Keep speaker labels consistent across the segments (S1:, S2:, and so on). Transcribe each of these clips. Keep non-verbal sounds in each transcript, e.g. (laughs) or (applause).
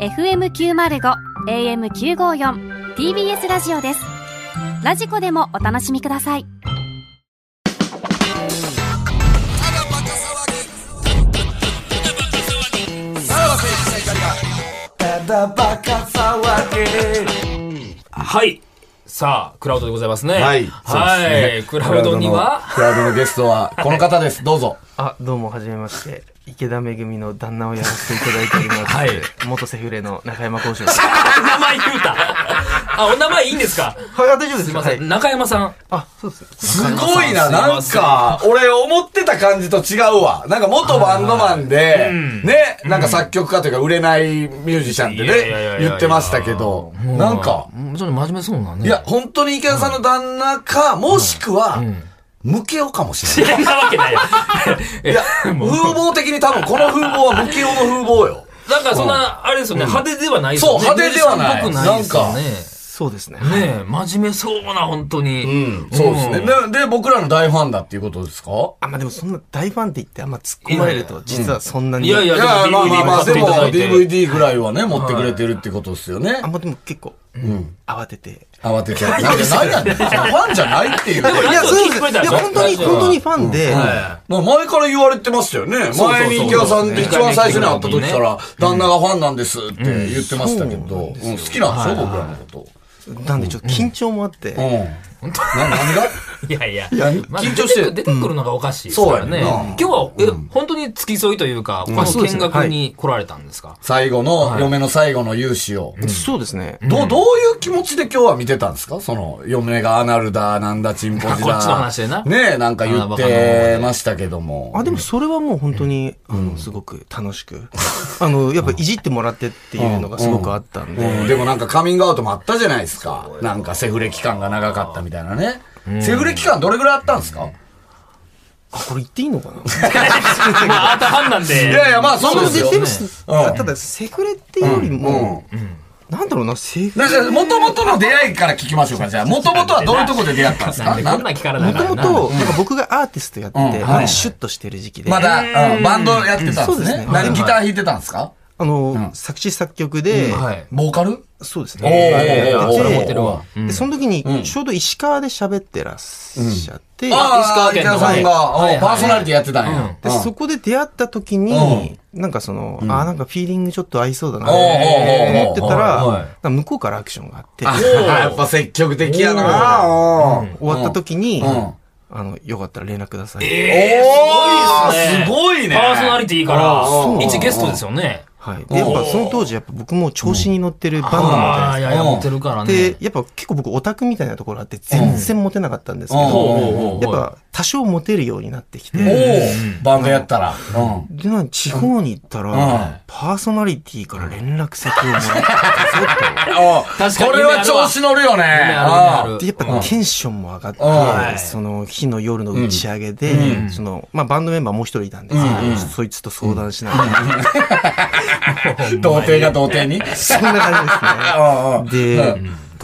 S1: FM905 AM954 TBS ラジオですラジコでもお楽しみください
S2: はい。さあ、クラウドでございますね。
S3: はい。そう
S2: はい。
S3: ですね
S2: クラウドには、
S3: クラウドのクラウドのゲストは、この方です。どうぞ。
S4: あ、どうも、はじめまして。池田めぐみの旦那をやらせていただいております。
S2: はい
S4: 元セフレの中山幸四郎
S2: (laughs)
S4: です。は
S2: 名前言うた。あ、お名前いいんですか
S4: い、あ大丈夫ですす
S2: い
S4: か
S2: ません。
S4: はい。
S2: 中山さん。
S4: あ、そうです。
S3: すごいな、
S2: 中
S3: な
S2: 山
S3: ん
S2: さ
S3: か、俺思ってた感じと違うわ。なんか元バンドマンで、ね、なんか作曲家というか売れないミュージシャンって
S2: いやいやいや
S3: ね、
S2: いや
S3: 言ってましたけど、なんか、
S5: うんちょっと真面目そうなね。
S3: いや、、本当に池田さんの旦那か、もしくは、ムケオかもしれない。
S2: そんなわけない。え
S3: (laughs) いや、
S2: もう
S3: 風貌的に多分この風貌はムケオの風貌よ。
S2: なんかそんな、あれですよね、派手ではないですよね。
S3: そう派手ではない
S2: ミュージシャンっぽくないです
S4: そうですね。
S2: よね。ねえ、真面目そうな、本当に。
S3: うん、そうですね。で、で僕らの大ファンだっていうことですか
S4: あ、まあでもそんな大ファンって言ってあんま突っ込まれると、実はそんなに。
S2: いやいや
S3: いや、まあまあまあ、で
S2: でも
S3: も
S2: DVD 持っていただい
S3: DVD ぐらいはね、持ってくれてるってことですよね
S4: あ。んまでも結構、慌てて。
S3: 慌てて。なんか何やねん。ファンじゃないっていう。
S2: い
S4: い
S2: や
S4: や、そうで
S2: 聞
S4: す。
S2: こえ
S4: い
S2: たでしょ
S4: や、本当
S2: 大
S4: に、
S2: 丈夫
S4: 本当にファンで、
S3: まあ前から言われてましたよね。
S2: そうそう
S3: 前に池田さんって一番最初に会った時か
S2: う
S3: ら、旦那がファンなんですって言ってましたけど、うん好きなんでしょ、僕らのこと。
S4: なんでちょっと緊張もあって、
S3: うん。な何が
S2: いやいや、
S3: や
S2: まあ
S3: 緊張して
S2: 出く出てくるのがおかしいですからね。
S3: うんそうやねん
S2: 今日は、え、本当に付き添いというか、この
S4: そうです
S2: 見
S4: ね
S2: 学に来られたんですか、
S3: 最後の、嫁の最後の勇姿を。
S4: そうですね。
S3: どう、どういう気持ちで今日は見てたんですかその、嫁がアナルだ、なんだ、チンポジだ。
S2: こっちの話でな
S3: ねえ、なんか言ってましたけども。
S4: あ、でもそれはもう本当に、あの、すごく楽しく。あの、やっぱいじってもらってっていうのがすごくあったんで、
S3: うん、でもなんかカミングアウトもあったじゃないですか。なんかセフレ期間が長かったみたいなね。セフレ期間どれぐらいあったんですか
S4: あ、これ言っていいのかな
S2: まあ、あたはんなんで。
S3: いやいや、まあそう
S4: そ
S3: で
S4: う
S3: す
S4: で
S3: よ。
S4: すよ、ただセフレっていうよりも、なんだろうなセフレ
S3: なんか、もともとの出会いから聞きましょうか。じゃあ、もともとはどういうところで出会ったんです
S2: (laughs) な
S3: か
S2: んで
S3: な
S2: こん
S3: ん
S2: なん聞かれな
S4: も
S2: あか
S4: と
S2: ん
S4: も
S2: な
S4: となんか僕がアーティストやってて、
S3: うん
S4: ま
S3: はい
S4: だシュッとしてる時期で、
S3: まだ、うんバンドやってたん
S4: そ
S3: です
S4: うです
S3: ね
S4: ね。
S3: 何、ギター弾いてたんですか
S4: あの、作詞作曲で、
S2: はい。
S3: ボーカル
S4: そうです
S3: お
S4: ね
S3: ー
S4: で
S3: おーおーおー
S2: 持ってるわ。
S4: でその時にちょうど石川で喋ってらっしゃって、
S3: ああ、
S2: 石川県
S3: 池
S2: の
S3: 田さんが、
S2: はい
S3: おパーソナリティやってたんや。
S4: でそこで出会った時に、なんかその、ああなんかフィーリングちょっと合いそうだなと
S3: おーおーおー
S4: 思ってたら、
S2: はいはい
S4: なんか向こうからアクションがあって、
S3: やっぱ積極的やなおー
S4: 終わった時に、
S3: ん
S4: あの、よかったら連絡ください。
S3: お
S2: すごいっすね
S3: ーすごいね。
S2: パーソナリティか
S3: うん
S2: ら、一ゲストですよね。
S4: はい。で、やっぱその当時、やっぱ僕も調子に乗ってるバンドみたいな
S2: あ
S4: ん
S2: あ、い
S4: です
S2: やいや、持ってるからね。
S4: で、やっぱ結構僕オタクみたいなところあって全然モテなかったんですけ
S3: うん
S4: ど、
S2: おうおうおう
S4: やっぱ多少モテるようになってき
S3: お
S4: て、
S3: ーバンドやったら。うん
S4: で、なんか地方に行った
S3: うん
S4: ら、パーソナリティから連絡先をもらって、
S2: 確かに
S3: これは調子乗るよね。
S2: 夢ある夢ある
S3: うん
S4: で、やっぱテンションも上がっ
S3: う
S4: て、その日の夜の打ち上げで、その、まあバンドメンバーもう一人いたんですけど、そいつと相談しながら、
S3: 童貞が童貞に。
S4: そんな感
S3: うんうん
S4: じですね。で、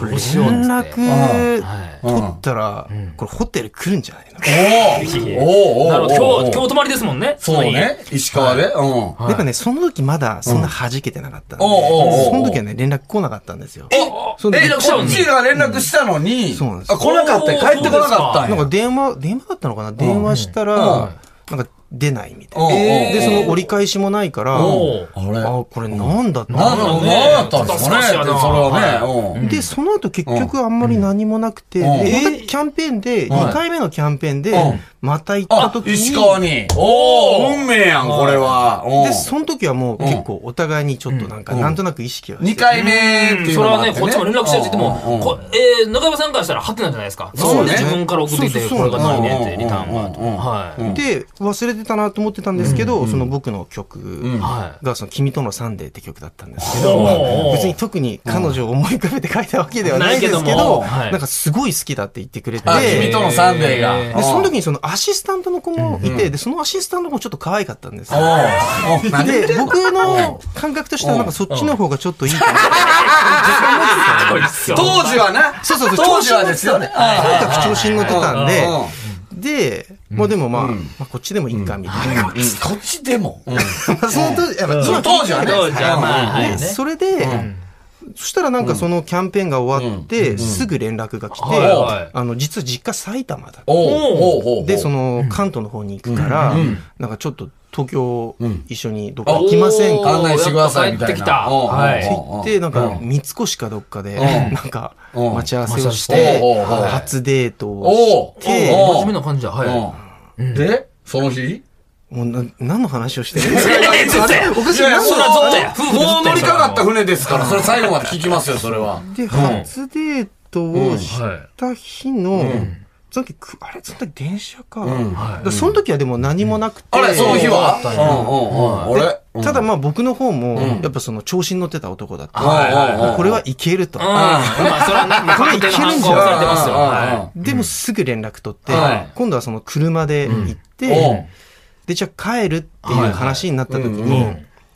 S2: どうしようっ
S4: 連
S2: つって
S4: 絡
S2: はい
S4: 取ったら、これホテル来るんじゃないの
S3: おーおー
S2: なるほ
S3: おーおー
S2: ど。今日、
S3: お
S2: 今
S3: ー
S2: 日泊まりですもんね。
S3: そうね。石川で。うん。お
S4: やっぱね、その時まだそんな弾けてなかったんで、
S3: うんおうおうおう
S4: その時はね、連絡来なかったんですよ。
S2: その
S3: え、
S2: 連絡したの
S3: こっ
S2: に
S3: ちが連絡したのに、
S4: そうなんです
S3: あ来なかったよ。帰ってこなかったん
S4: なん
S3: や
S4: か電話、電話だったのかな電話したら、なんか出ないみたいな。
S3: うんうん
S4: で、その折り返しもないから、あ、
S2: おう
S3: あれ
S4: これなんだった
S3: なんだ
S2: ろう
S3: 何
S2: ね
S3: だったんですかね
S2: ちょっと少しは
S3: で
S2: な
S3: それはね。
S4: で、その後結局あんまり何もなくて、
S3: ん
S4: でまたキャンペーンで、2回目のキャンペーンで
S3: うん、
S4: また行っ
S3: うん
S4: た
S3: あ、
S4: 時に、
S3: 石川に。おお運命やん、これは。
S4: で、その時はもう結構お互いにちょっとなんか、なんとなく意識はして
S3: 2回目っていう
S2: そ
S3: の
S2: れ
S3: もあ
S2: は
S3: っ
S2: ね、
S3: て
S2: こっちも連絡してって言って
S3: うんうん
S2: も、
S3: う
S2: こ
S3: ん
S2: えー中山さんからしたら、ハテナじゃないですか。
S3: そ
S2: そうう
S3: ね
S2: ね。自分から送ってきて、
S4: そ
S2: こ
S4: うそ
S2: れ
S4: う
S2: がないねって、
S3: うん
S2: リターンが
S3: うん
S2: と。
S3: うん
S2: はい。
S4: で、忘れてたなと思ってたんですけど、その僕の曲
S2: はい
S4: が、その、君とのサンデーって曲だったんですけ
S2: おうおう
S4: ど、別に特に彼女を思い浮かべて書いたわけではないです
S2: な
S4: け
S2: いけども
S4: ど、
S2: はい (laughs)
S4: なんかすごい好きだって言ってくれて、
S3: あ、
S4: で
S3: 君とのサンデーが。
S2: えー
S3: うん
S4: その時にそのアシスタントの子もいて、で、そのアシスタントもちょっと可愛かったんです
S3: お
S4: よ。
S3: ーおー何言って
S4: で、
S3: んの
S4: 僕の感覚としてはなんかそっちの方がちょっといいかな。
S2: こいつは
S3: 当時はな。
S4: そうそうそう、
S3: 当時はですよね。
S4: とにかく調子に乗ってたんで
S3: うんうん、
S4: で、もうでもまあ、まあこっちでもいいかみたいな。
S3: こっちでも。うん
S4: ま (laughs) あその当時、やっ
S3: そ
S4: ぱ
S3: の
S4: 今
S3: 当時はね。
S2: 当時はまあ
S3: うん
S2: はいね
S4: それで、そしたらなんかそのキャンペーンが終わって、すぐ連絡が来て、
S2: はいはい
S4: あの、実は実家埼玉だった。
S3: おうおうおうおう
S4: で、その、関東の方に行くから、なんかちょっと東京一緒にどっか行きませんか
S3: 案内してくださいみた
S2: やっと帰
S3: いな。
S2: ってきた
S3: うん
S2: はい
S4: って言って、なんか、三越かどっかで、
S3: うん
S4: なんか、
S3: うん
S4: 待ち合わせをし
S3: おうお
S4: て、
S3: うおう
S4: 初デートをし
S3: おうおう
S4: て、
S2: 真面目な感じだ。はい。
S3: うんうんで、その日
S4: もうな、何の話をしてるん
S3: いやいや、
S4: おかしい
S3: やや
S4: 何の
S3: それは
S2: そうだよ
S3: そうだよもう乗りかかった船ですから、それ最後まで聞きますよ、それは。
S4: (laughs) で、初デートをし
S2: は
S4: た日の、その時く、あれその時電車か。
S3: ん
S4: だからその時はでも何もなくて。
S3: あれ、その日は
S2: そうだっ
S3: うんうんうん。俺
S4: でただまあ僕の方も、やっぱその調子に乗ってた男だった。
S3: はいはい
S4: これはいけると。
S2: い。うん。まあ、それはなんか確定の反抗されてますよ。は
S4: でもすぐ連絡取って、
S3: はい
S4: 今度はその車で行って、
S3: うん
S4: で、じゃあ帰るっていう話になった時に、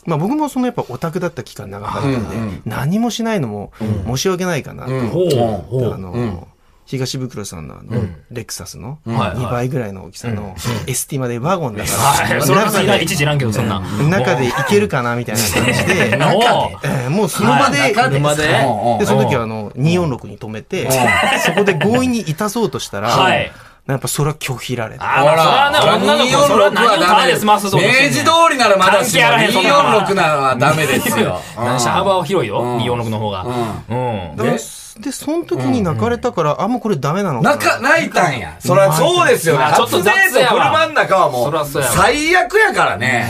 S4: まあ僕もそのやっぱオタクだった期間長かったんで、
S3: うんうん
S4: 何もしないのも申し訳ないかなと、
S3: うん
S2: い。ほう。ほ
S4: あ
S2: う。
S4: の、東袋さんのあの、レクサスの
S2: はいはい
S4: 2倍ぐらいの大きさの ST までワゴンだから、
S2: はい。それは別にいない。いちいちいらんけど、そんな。
S4: 中で行けるかなみたいな感じで、
S2: (laughs) おう
S4: えーもうその場で、
S2: はい中で車で
S3: うんうん
S4: で、その時はあの、246に止めて、そこで強引にいたそうとしたら、
S2: はい
S4: やっぱそれは拒否られて。
S2: あら、それはね、女の子、それは何をターで済ますぞ。
S3: 明治通りならまだし
S2: 関
S3: も、
S2: 係あらへんそんなの
S3: 246ならはダメです
S2: (laughs)
S3: よ。
S2: 何し幅は広いよ。246の方が。うん。
S4: だからで、その時に泣かれたから、あ、もうこれダメなのか
S3: な
S4: な
S3: か、泣いたんや。そりゃそうですよね。
S2: まあちょっ
S3: 初
S2: と
S3: デ
S2: 雑
S3: ート
S2: やわ
S3: 車の中はも
S2: そりゃそう
S3: う、
S2: やわ
S3: 最悪やからね。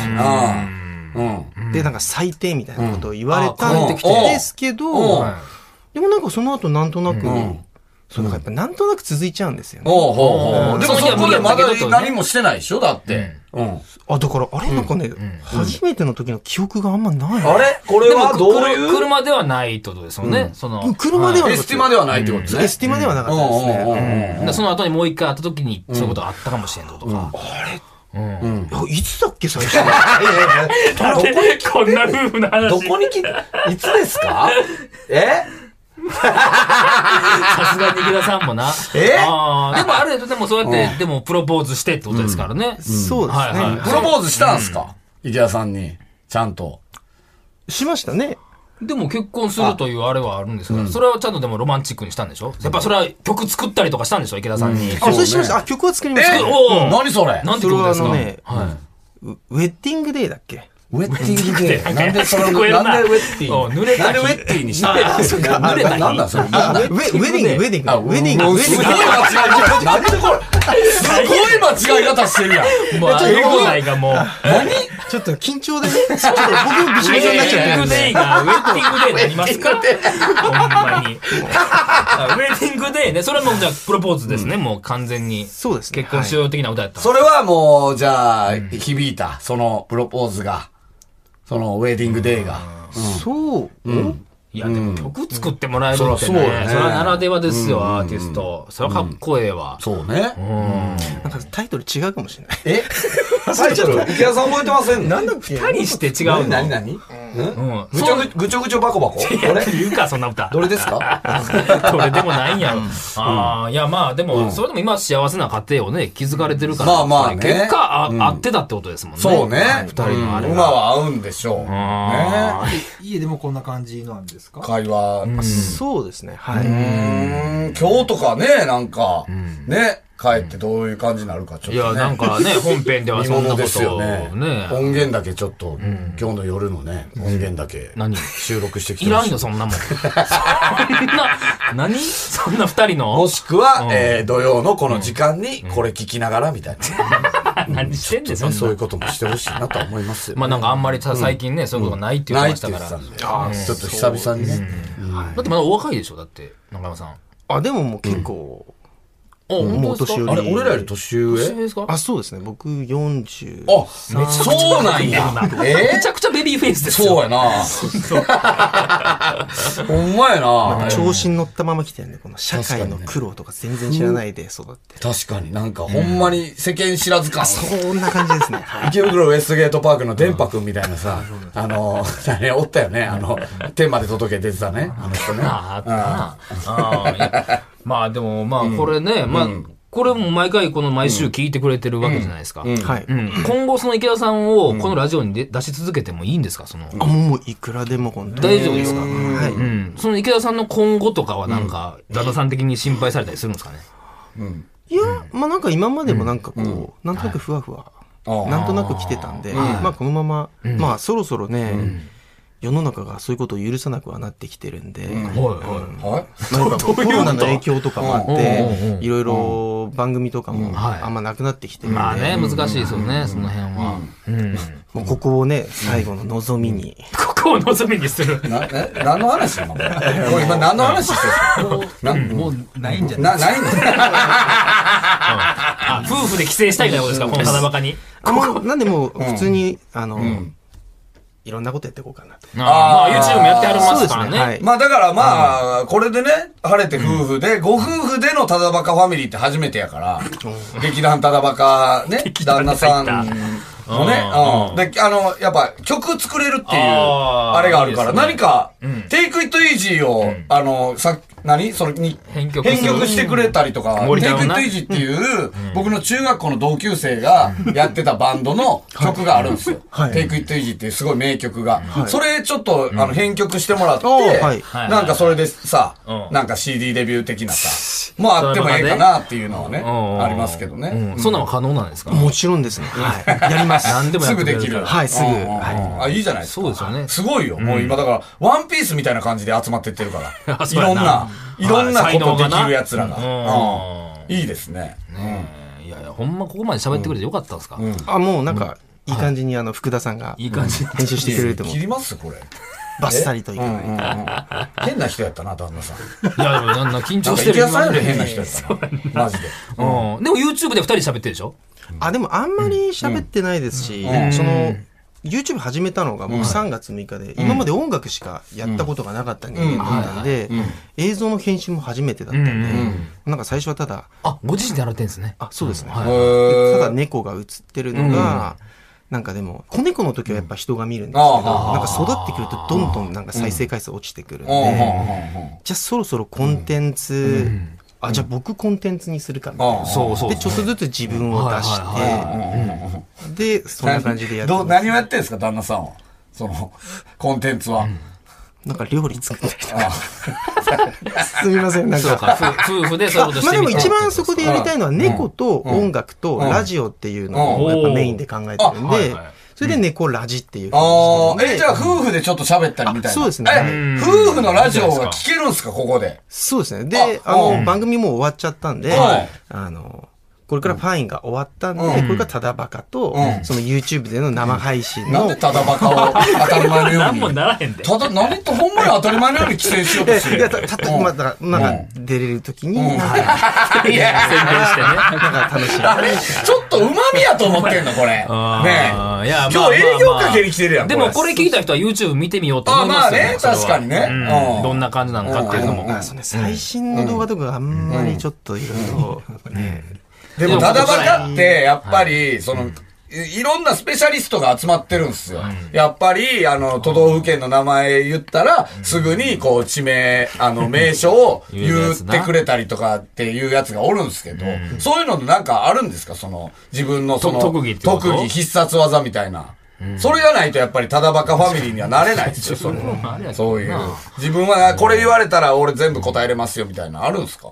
S3: うん。うん。
S4: で、なんか最低みたいなことを言われたん
S3: うんあ帰ってきて
S4: ですけど、
S3: うん
S4: でもなんかその後なんとなく、
S3: ん
S4: そのなんかやっぱなんとなく続いちゃうんですよね。
S3: おうほうほ
S2: う
S3: うんでもそこでまだ
S2: その時は無理やったけどね
S3: 何もしてないでしょだって。うん。
S4: あ、だから、あれなんかね、初めての時の記憶があんまない。
S3: あれこれ
S2: でも
S3: は、どういう
S2: 車ではないってことですよね。その。
S4: 車では
S3: エ
S4: な
S3: ス
S4: く
S3: ティ
S4: て
S3: マではないってことですね。
S4: エスティマではなかったですね。
S3: ね。
S2: でその後にもう一回会った時に、そういうことがあったかもしれんってことか。
S4: いやいつだっけ最初 (laughs)
S2: だってこんな夫婦の話。
S3: どこに来たいつですかえ
S2: さすがに池田さん (laughs) もな。
S3: え
S2: あーでもある程度でもそうやって、でもプロポーズしてってことですからね。
S4: そうですね、
S2: はいはい
S3: プロポーズしたんすか池田さんに。ちゃんと。
S4: しましたね。
S2: でも結婚するというあれはあるんですから、それはちゃんとでもロマンチックにしたんでしょやっぱそれは曲作ったりとかしたんでしょ池田さんに。
S4: あ、それしました。あ、曲は作りまし
S3: え
S4: た。
S2: おう
S3: 何それ
S2: なんて
S4: そ
S2: 曲
S4: れは
S2: で
S4: あ
S2: すか
S4: のね、
S2: は
S4: ウウェッディングデーだっけ
S3: ウェッティングデー。なんでそれ
S2: 聞こえるな
S3: なんでウェッティ
S2: お
S3: ン
S2: う
S3: グ
S2: 濡れた
S3: な
S2: 日
S3: んでウェッティにした
S2: か
S3: な
S2: 濡れた日
S3: なんだそれ。
S4: あウェウェディング、ウェディング。ウェディング、ウェディン
S3: すご
S4: グ
S3: い。間違い。なんでこれ。すごい間違い方してるやん。
S2: (laughs) い。もう、あ
S3: ちょっと
S2: れぐらいがもう、
S3: 何
S4: (laughs) ちょっと緊張でね、 (laughs) ちょっと僕もびしょ
S2: ウェ
S4: びしょになっ
S2: ッ
S4: ちゃ
S2: ティ
S4: って
S2: ン
S4: る
S2: グ
S4: んで。
S2: デイが、ウェッティングデイになりますかほんまに。あウェッティングデイね。それはもうじゃあプロポーズですね、もう完全に。
S4: そうですね
S2: 結婚しよう的な歌やった。
S3: それはもう、じゃあ、響いた。そのプロポーズが。そのウェディングデーが。
S4: そう。
S2: いや、でも曲作ってもらえるってね。そ
S3: そらそうよね
S2: れはならではですよ、アーティスト。それはかっこええわ。
S3: そうね。
S4: なんかタイトル違うかもしれない。
S3: えタイトル、池田さん覚えてませんなんだ
S2: 二人して違うの。
S3: 何何
S2: うん。
S3: ぐち
S2: そ
S3: ょ
S2: う
S3: ぐぐちょぐちょバコバコ
S2: いや
S3: どれ
S2: 言うか、そんな歌。
S3: どれですか (laughs)
S2: どれでもないんやろ。ああ、いや、まあ、でも、それでも今幸せな家庭をね、築かれてるから。
S3: まあま
S2: や
S3: あね
S2: っぱり結果、あ、合ってたってことですもんね。
S3: そうね。
S2: はい二人のあれ
S3: うん
S2: が。
S3: 今は合うんでしょう。
S2: あ
S3: ね
S5: 家でもこんな感じなんですか
S3: 会話。う
S4: そうですね、はい。
S3: ーん、今日とかね、なんか、ね、帰ってどういう感じになるかちょっと
S2: い
S3: ね。
S2: や、なんか
S3: (laughs)
S2: ね、本編では
S3: 見
S2: そんな
S3: 物
S2: こ
S3: です
S2: と
S3: よ
S2: を
S3: ね。
S2: ね。
S3: 音源だけちょっと、今日の夜のね、音源だけ
S2: 何
S3: 収録してき
S2: い
S3: て
S2: ら
S3: ほ
S2: ん
S3: しい
S2: よ、そんなもん。そんな、何そんな二人の
S3: もしくは、えー土曜のこの時間にこれ聞きながらみたい
S2: 何してんねん、そ
S3: な。
S2: ん
S3: そうい
S2: な
S3: う。こともしてほしいなとは思いますよ。
S2: まあなんかあんまりさ、最近ね、そういうことがないって言っ
S3: な
S2: て
S3: い
S2: ま
S3: っ
S2: してた
S3: 言
S2: か
S3: って
S2: ら。
S3: た
S2: だ
S3: んで。ちょっと久々にね。
S2: ってまだお若いでしょだって、中山さん。あ、
S4: あ、でももう結構、
S2: 本当ですか
S4: もうお年寄
S3: あ
S4: り
S3: れ、俺らより年
S2: 年上
S3: 上
S2: ですか
S4: あ、そうですね、僕40。
S3: あ、そうなんや。え
S2: めちゃくちゃベビーフェイスですよ。
S3: そうやな。 (laughs) ほんまやな。
S4: 調子に乗ったまま来てるんで、この社会の苦労とか全然知らないで育って。
S3: 確かになんかほんまに世間知らず感。
S4: (laughs) こんな感じですね。はい
S3: 池袋ウエストゲートパークの電波くんみたいなさ、あの、誰おったよね。あの、天まで届け出てたね。あの人ね。
S2: ああったなああいやまあでもまあこれね、まあ、これも毎回この毎週聞いてくれてるわけじゃないですか。うん
S4: はい。
S2: 今後その池田さんをこのラジオに出出し続けてもいいんですかその。
S4: あもういくらでも本当に。
S2: 大丈夫ですかはい。うんその池田さんの今後とかはなんか、旦那さん的に心配されたりするんですかね
S4: いや、まあなんか今までもなんかこう、なんとなくふわふわ、
S3: ああ
S4: なんとなく来てたんで、まあこのまま、まあそろそろね、世の中がそういうことを許さなくはなってきてるんで、
S2: はいは
S3: はい
S4: なんかコロナの影響とかもあって
S2: うんうんうん、
S4: いろいろ番組とかも
S2: はい
S4: あんまなくなってきてるんで、
S2: まあね、難しいですよね、その辺は。うん。 (laughs)
S4: もうここをね、最後の望みに、
S2: ここを望みにす (laughs) る。
S3: な、え、何の話なのこれこれ今何の話してるんですか
S5: もうないんじゃない
S3: な、ないんですか
S2: あ、夫婦で帰省したいみたいなことですかこのただバカに。
S4: あもうなんでもう普通に、あの、いろんなことやっていこうかなと。
S2: ああ、まあ YouTube もやってはりますからね。
S4: はい。
S3: まあだからまあ、これでね、晴れて夫婦で、ご夫婦でのただバカファミリーって初めてやから、劇団ただバカ
S2: (laughs)
S3: ね、旦那さんの
S2: うん
S3: ね、うん。で、あの、やっぱ曲作れるっていう、
S2: あー
S3: あれがあるから、
S2: いいですね
S3: 何か、テイクイットイージーを、あの、さ、何それに、
S2: 編曲する
S3: してくれたりとか、
S2: 森
S3: テイ
S2: 田
S3: クイ
S2: の
S3: ッ
S2: な
S3: トイージーっていう、僕の中学校の同級生がやってたバンドの曲があるんですよ。
S4: はい
S3: テイクイットイージーっていうすごい名曲が。それちょっと、あの、編曲してもらって、
S4: おーはい
S2: はい
S3: なんかそれでさ、
S2: うん
S3: なんか CD レビュー的なさ、もうあってもええかなっていうのはね、
S2: うん
S3: ありますけどね
S2: う。んそんなのは可能なんですか
S4: もちろんですね。はい。やります。
S2: 何でもや
S3: す
S2: って
S3: ぐ
S2: くれ
S3: で
S2: る
S3: きる。
S4: はいすぐ
S3: うんうんうんあ、いいじゃないですか。
S2: そうですよね
S3: すごいよ。もう今だから、ワンピースみたいな感じで集まってってるか
S2: (laughs)
S3: ら。
S2: あ
S3: い
S2: そうや
S3: ろんな
S2: な、
S3: いろんな
S2: はい
S3: こと
S2: 才能が
S3: で
S2: な
S3: きる奴らが。
S2: うん
S3: うんいいですね。
S2: いやいや、ほんまここまで喋ってくれてよかったんですか
S4: あ、もうなんか、いい感じにあの、福田さんが
S2: いい感じ。
S4: 編集してくれると思
S3: (laughs)
S4: う
S3: 切。りますこれ。
S4: バッサリといかない。
S3: 変な人やったな、旦
S2: (laughs)
S3: 那さん。
S2: いや、でもなんな緊
S3: な
S2: 張
S3: んか
S2: して
S3: 池
S2: る。
S3: 田さんより変な人やったな。マジで。
S2: うん。でも YouTube で二人で喋ってるでしょ
S4: あ、でもあんまり喋ってないですし、その、YouTube 始めたのが僕3月6日で、今まで音楽しかやったことがなかった人間だったんで、映像の編集も初めてだったんで、なんか最初はただ、
S2: あ、ご自身でやられてるんですね。
S4: あ、そうですね。
S2: はい
S3: へ
S4: た
S3: ー
S4: だ猫が映ってるのが、なんかでも、子猫の時はやっぱ人が見るんですけ
S3: あ
S4: ど、
S3: あ
S4: なんか育ってくるとどんどんなんか再生回数落ちてくるん
S3: うんうんう
S4: で、
S3: んうん
S4: じゃあそろそろコンテンツ、あ、じゃあ僕コンテンツにするかみたい
S3: あ
S4: な。
S2: そうそう。
S4: で、ちょっとずつ自分を出
S2: はいはい
S4: して、で、そんな感じでやって
S3: どう
S4: ます。
S3: 何
S4: (laughs)
S3: をやってんですか、旦那さんは。その、コンテンツは。
S4: なんか料理作ったりと
S3: あ
S4: か。すみません、なん
S2: そう
S4: か。
S2: か、夫夫婦でそういうことし
S4: まあ
S2: てみ
S4: でも
S2: たい
S4: 一番そこでやりたいのは
S3: うん
S4: 猫と音楽と
S3: うん
S4: ラジオっていうのを
S2: うん
S4: やっぱメインで考えてるん
S2: あはい
S4: で
S2: はい、
S4: それで猫ラジっていう風
S3: あ
S4: に
S3: あ、
S4: してる
S3: え、
S4: ん
S3: じ
S4: で
S3: ゃあ夫婦でちょっと喋ったりみたいな。
S4: あそうですね
S3: え、夫婦のラジオが聞けるんですか、ここで。
S4: そうですね。で、
S3: あ
S4: あの、番組も終わっちゃったんで
S3: はい、
S4: あの、これからファインが終わったんで、こ
S3: う
S4: れからただバカと
S3: う、ん
S4: その YouTube での生配信
S3: なん
S4: の
S3: で、ただバカを当たり前のよう
S2: 何
S3: に。
S2: もならへんで。
S3: ただ、何とほんまに当たり前のように規制しようとして
S4: えいや、
S3: る。
S4: た、たと、まあだから、なんか出れるときに、なんか
S2: いや、宣伝してね。
S4: 楽
S3: (laughs)
S4: しい。
S3: あれ、ちょっと旨味やと思ってんの、これ。ねえ。
S2: あーいやまあ
S3: 今日営業かけに来てるやん。
S2: でもこれ聞いた人は YouTube 見てみようと思いますよ
S3: あまあね
S2: それは
S3: 確かにね
S2: うん
S3: うん
S2: どんな感じなのかっていうのも。
S4: あそうね、最新の動画とかがあんまりちょっといろいろね、
S3: でも、ただバカって、やっぱり、その、いいろんなスペシャリストが集まってるんですよ。やっぱり、あの、都道府県の名前言ったら、すぐに、こう、地名、
S2: (laughs)
S3: あの、名所を
S2: 言う
S3: 言
S2: や
S3: っ
S2: つな
S3: てくれたりとかっていうやつがおるんですけど、そういうのなんかあるんですかその、自分のその、
S2: と特技ってこと
S3: 特技必殺技みたいな。それがないとやっぱりただバカファミリーにはなれないですよ、その
S2: あれやけどな
S3: そういう。自分はこれ言われたら俺全部答えれますよみたいなのあるんですか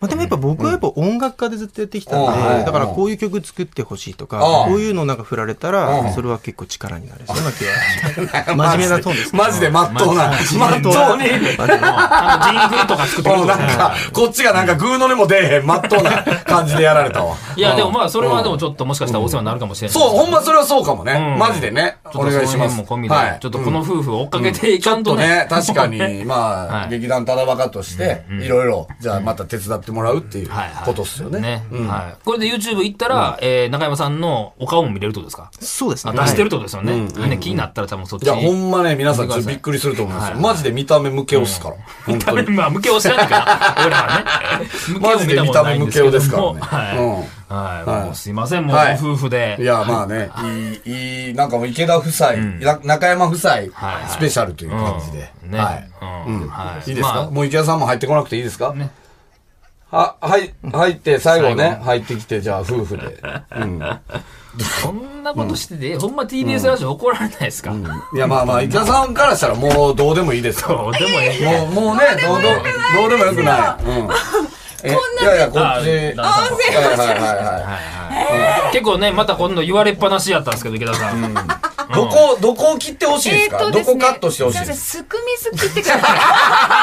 S4: まあ、でもやっぱ僕はやっぱ音楽家でずっとやってきた
S3: うん
S4: ん
S3: うん
S4: で、だからこういう曲作ってほしいとか
S3: う、ん
S4: こういうのなんか振られた
S3: う
S4: ら
S3: ん、
S4: それは結構力になる。そんな気は
S3: (laughs)
S4: します。真面目なトーンですね。
S3: マジで真っ当な。真っ
S2: 本
S3: 当
S2: 当に
S3: に。
S2: あのジングルとか作ってくれ
S3: も
S2: る
S3: う
S2: と
S3: なん
S2: ね
S3: か、こっちがなんかグーの音も出えへん、真っ当な感じでやられたわ。
S2: いや、でもまあ、それはで
S3: う
S2: も
S3: ん
S2: ちょっともしかしたらお世話になるかもしれない。
S3: そう、ほんまそれはそうかもね
S2: う。ん
S3: マジでね。
S2: ち
S3: お
S2: ょっとそ
S3: 願
S2: の
S3: いしま
S2: 辺
S3: す。
S2: も込みで
S3: はい。、
S2: ちょっとこの夫婦を追っかけていかん
S3: と
S2: と
S3: ね
S2: ね、。
S3: 確
S2: (laughs)
S3: かに、ま
S2: は
S3: あ、
S2: い
S3: 劇団ただバカとして、いろいろ、じゃあまた手伝ってもらうっていう
S2: はいはい
S3: ことっすよね。うん
S2: はい。これで YouTube 行ったら、えー中山さんのお顔も見れるってことですか
S4: そうです
S2: あ
S4: ね。
S2: 出してるっ
S4: と。
S2: てことですよね。ね気になったら多分そっち
S3: いや、ほんまね、皆さんちょっと
S2: 見てください
S3: びっくりすると思うんですよ。
S2: はい
S3: マジで見た目向けをっすから。本当に。
S2: まあ、無形を知らない
S3: (laughs)
S2: から、俺らはね。無
S3: マジで見た目向けをですからね。
S2: はい。
S3: うん
S2: はい。もうすいません、もう
S3: はい
S2: 夫婦で。
S3: いや、まあね、いい、いい、なんかもう池田夫妻、な中山夫妻、
S2: はい
S3: スペシャルという
S2: うん
S3: 感じで。
S2: ね。
S3: はい。
S2: うんはい
S3: いいですか、
S2: まあ
S3: もう池田さんも入ってこなくていいですか、
S2: ね
S3: は、はい、入って、最後ね、入ってきて、じゃあ、夫婦で。うん。
S2: そんなことしてて、ほんま TBS ラジオ怒られないですか、ど
S3: いや、まあまあ、伊田さんからしたら、もう、どうでもいいですよ。
S2: うでもええ
S3: もう、もうね、どうどう、どうでもよくない。うん。えいやいや、こっち。はい
S2: ああ
S3: はいはいはい。
S2: 結構ね、また今度言われっぱなしやったんですけど、池田さん。
S3: どこ、どこを切ってほしいです
S6: えー
S3: か
S6: とで
S3: ど
S6: すね
S3: こカットしてほしいですか
S6: すくみすくってください。
S2: ま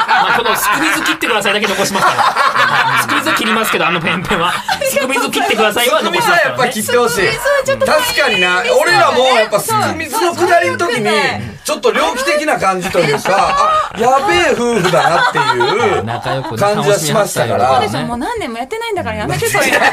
S2: あ、このスクビズ切ってくださいだけ残しますから。スクビズ切りますけど、あのペンペンは。スクビズ切ってくださいは
S3: すく
S2: 残
S3: み
S2: します
S3: は
S2: か
S3: やっぱ
S2: ら、ね
S3: 切。ってほしい。確かにな、俺らもやっぱすくみずのくだりの時に、ちょっと猟奇的な感じというか、あ、やべえ夫婦だなっていう
S2: 仲良くね
S3: 感じはしましたから
S6: そう
S2: 楽
S6: で
S2: み
S6: し
S2: に
S6: ょ、も
S2: は
S6: う
S2: し
S6: 何年もやってないんだからやめてそういうの。 (laughs)
S2: たいよ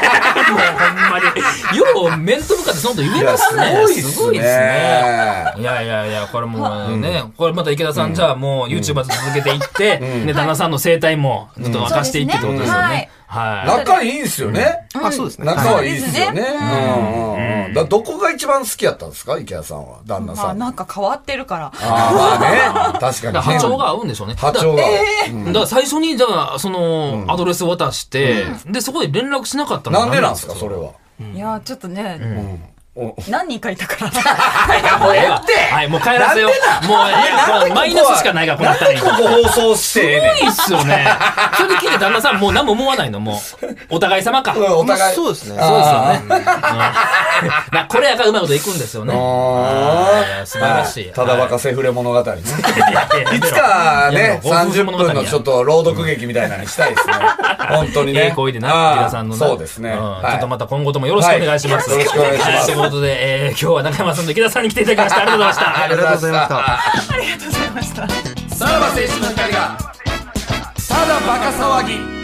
S2: ねもうほんまに。よう面と向かってそのこと言えますね。すごいですね。。いやいやいや、これもうね、これまた池田さん、じゃあもう YouTuber と続けていって、ね、旦那さんの生態もちょっと明かしていってってことですよね。はい。
S3: 仲いいんすよね。
S4: あ、そうですね。
S3: 仲
S4: は
S3: はいいいですよね。うんうんうん。だどこが一番好きやったんですか池谷さんは、旦那
S6: ま
S3: さ
S6: あ
S3: ん。
S6: なんか変わってるから。
S3: ああ、まあね。確かに。
S2: だから波長が合うんでしょうね。
S3: 波長が。
S2: だから最初に、じゃあ、その、アドレスを渡して、で、そこで連絡しなかったの
S3: なんでなんですか、それは。
S6: いやーちょっとね、
S3: お
S6: 何人かい
S3: (laughs)
S6: たから。
S2: もうええってはい、もう帰らせよう。もう、いや、もうマイナスしかないから、この
S3: なん
S2: 二
S3: で
S2: 人。
S3: ここ放送してええねん
S2: いいっすよね。それで聞いて旦那さん、もう何も思わないの、もう。お互い様か。
S3: うんお
S4: まあ
S3: 互い。
S4: そうですね。
S2: そうですよね。うんなこれやからうまいこといくんですよね。
S3: あー
S2: いや素晴らしい
S3: ただバカセフレ物語ね。いつ
S2: つ
S3: かね、30分のちょっと朗読劇みたいなのにしたいですね。本当にね。
S2: ええ声でな、池田さんのな
S3: あーそうですね。
S2: んち
S3: はい
S2: ょっとまた今後ともよろしくお願いします。
S3: はいよろしくお願いします
S2: はということで、えー今日は中山さんと池田さんに来ていただきました。ありがとうございました。
S4: ありがとうございました。
S6: ありがとうございました。
S3: さらば青春の光が、ただバカ騒ぎ。